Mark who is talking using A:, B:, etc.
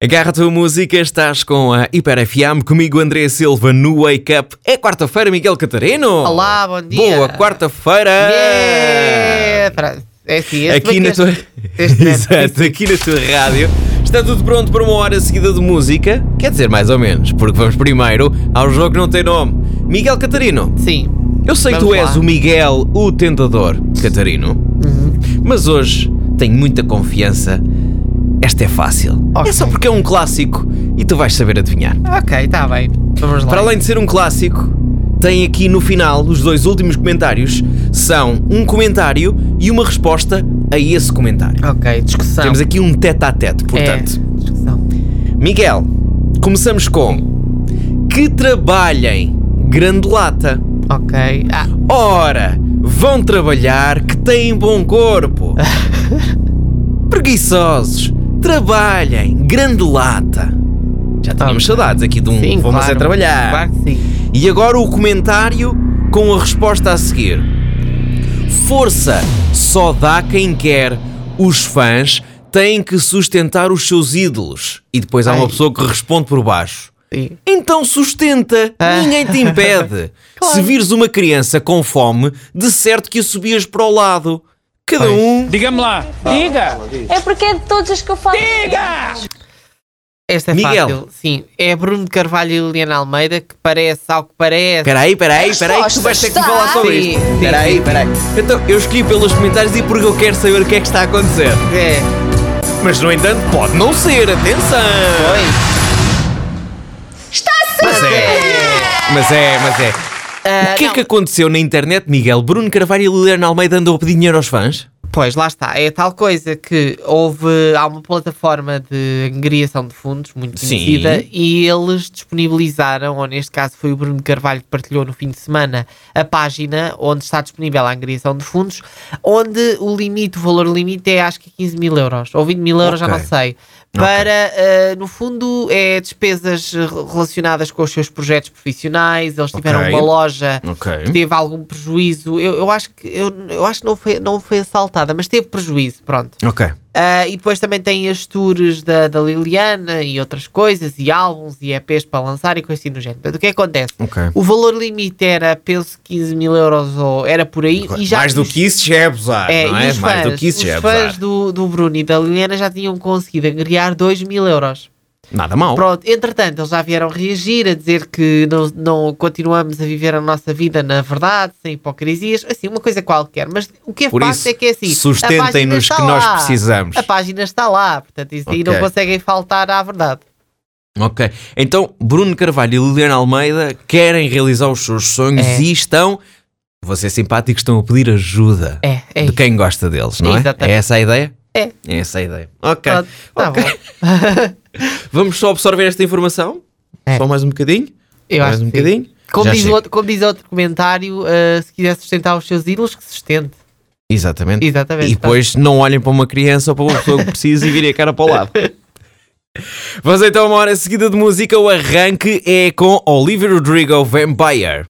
A: Agarra a tua música, estás com a Hiper FM, comigo André Silva no Wake Up. É quarta-feira, Miguel Catarino!
B: Olá, bom dia!
A: Boa quarta-feira!
B: Yeah! Pronto, É assim, este
A: Aqui na
B: podcast-
A: tua...
B: este é-
A: Exato, aqui na tua rádio. Está tudo pronto para uma hora seguida de música? Quer dizer, mais ou menos, porque vamos primeiro ao jogo que não tem nome. Miguel Catarino,
B: Sim,
A: eu sei que
B: Vamos
A: tu és
B: lá.
A: o Miguel, o tentador, Catarino.
B: Uhum.
A: Mas hoje tenho muita confiança. Esta é fácil.
B: Ok.
A: É só porque é um clássico e tu vais saber adivinhar.
B: ok, está bem. Vamos lá.
A: Para além de ser um clássico, tem aqui no final os dois últimos comentários são um comentário e uma resposta a esse comentário.
B: Ok, discussão.
A: Temos aqui um tete a tete, portanto.
B: É, discussão.
A: Miguel, começamos com que trabalhem grandelata.
B: Ok. Ah,
A: Ora, vão trabalhar que têm bom corpo. Preguiçosos, trabalhem, grande lata. Já tínhamos
B: Ok.
A: saudades aqui de um
B: sim,
A: vamos
B: claro.
A: é trabalhar.
B: Claro que sim.
A: E agora o comentário com a resposta a seguir. Força só dá quem quer. Os fãs têm que sustentar os seus ídolos. E depois há uma
B: Ai.
A: pessoa que responde por baixo.
B: Sim.
A: Então sustenta,
B: Ah.
A: ninguém te impede.
B: Claro.
A: Se vires uma criança com fome, de certo que a subias para o lado. Cada
B: Pois.
A: um.
C: Diga-me lá. Diga.
D: É porque é de todos os que eu falo.
B: Esta é
A: Miguel.
B: fácil. Sim, é Bruno de Carvalho e Liliana Almeida, que parece ao que parece.
A: Peraí, peraí, peraí, que tu
D: resposta
A: vais ter que
D: está.
A: me falar sobre
B: Sim,
A: isto.
B: sim,
A: Peraí,
B: sim.
A: peraí. Então, eu escolhi pelos comentários e porque eu quero saber o que é que está a acontecer.
B: É,
A: Mas, no entanto, pode não ser, atenção!
B: pois.
A: Mas é, mas é, mas é.
B: Ah,
A: o que é
B: não.
A: que aconteceu na internet, Miguel? Bruno Carvalho e Liliana Almeida andam a pedir dinheiro aos fãs?
B: Pois, lá está. É tal coisa que houve. Há uma plataforma de angariação de fundos muito
A: Sim.
B: conhecida e eles disponibilizaram, ou neste caso foi o Bruno de Carvalho que partilhou no fim de semana, a página onde está disponível a angariação de fundos, onde o limite, o valor limite é acho que 15 mil euros ou 20 mil euros, já
A: Ok.
B: não sei. Para, ah, no fundo, é despesas eh, relacionadas com os seus projetos profissionais. Eles tiveram
A: Ok.
B: uma loja que
A: Ok.
B: teve algum prejuízo. Eu, eu acho que, eu, eu acho que não, foi, não foi assaltada, mas teve prejuízo, pronto.
A: Ok.
B: Ah, e depois também tem as tours da, da Liliana e outras coisas, e álbuns e EPs para lançar e coisas assim do género. Portanto, o que é que acontece?
A: Ok.
B: O valor limite era, penso, 15 mil euros ou era por aí. E já
A: Mais do
B: os-
A: que isso já é abusar,
B: é,
A: não
B: e
A: é?
B: os fãs,
A: Mais do que isso
B: os
A: já é
B: fãs
A: abusar.
B: do, do Bruno e da Liliana já tinham conseguido angariar 2 mil euros.
A: Nada mal.
B: Pronto, entretanto, eles já vieram reagir a dizer que não, não continuamos a viver a nossa vida na verdade, sem hipocrisias, assim, uma coisa qualquer. Mas o que é
A: Por
B: fácil
A: isso,
B: é que é assim. a página
A: sustentem-nos
B: está
A: que nós
B: lá.
A: precisamos.
B: A página está lá, portanto, isso aí
A: Ok.
B: não conseguem faltar à verdade.
A: Ok. Então, Bruno Carvalho e Liliana Almeida querem realizar os seus sonhos
B: É.
A: e estão. Vou ser simpático, estão a pedir ajuda
B: É, é
A: de
B: isso.
A: quem gosta deles, não é?
B: Exatamente.
A: É essa a ideia?
B: É.
A: É essa a ideia. Ok.
B: Pronto, tá
A: Ok.
B: bom.
A: Vamos só absorver esta informação?
B: É.
A: Só mais um bocadinho?
B: Eu
A: mais
B: acho
A: um
B: que sim.
A: bocadinho?
B: Como
A: Já
B: diz,
A: chega.
B: outro, como diz outro comentário, eh, se quiser sustentar os seus ídolos, que sustente.
A: Exatamente.
B: Exatamente.
A: E depois não olhem para uma criança ou para uma pessoa que precisa e virem a cara para o lado. Vamos então a uma hora seguida de música. O arranque é com Olivia Rodrigo Vampire.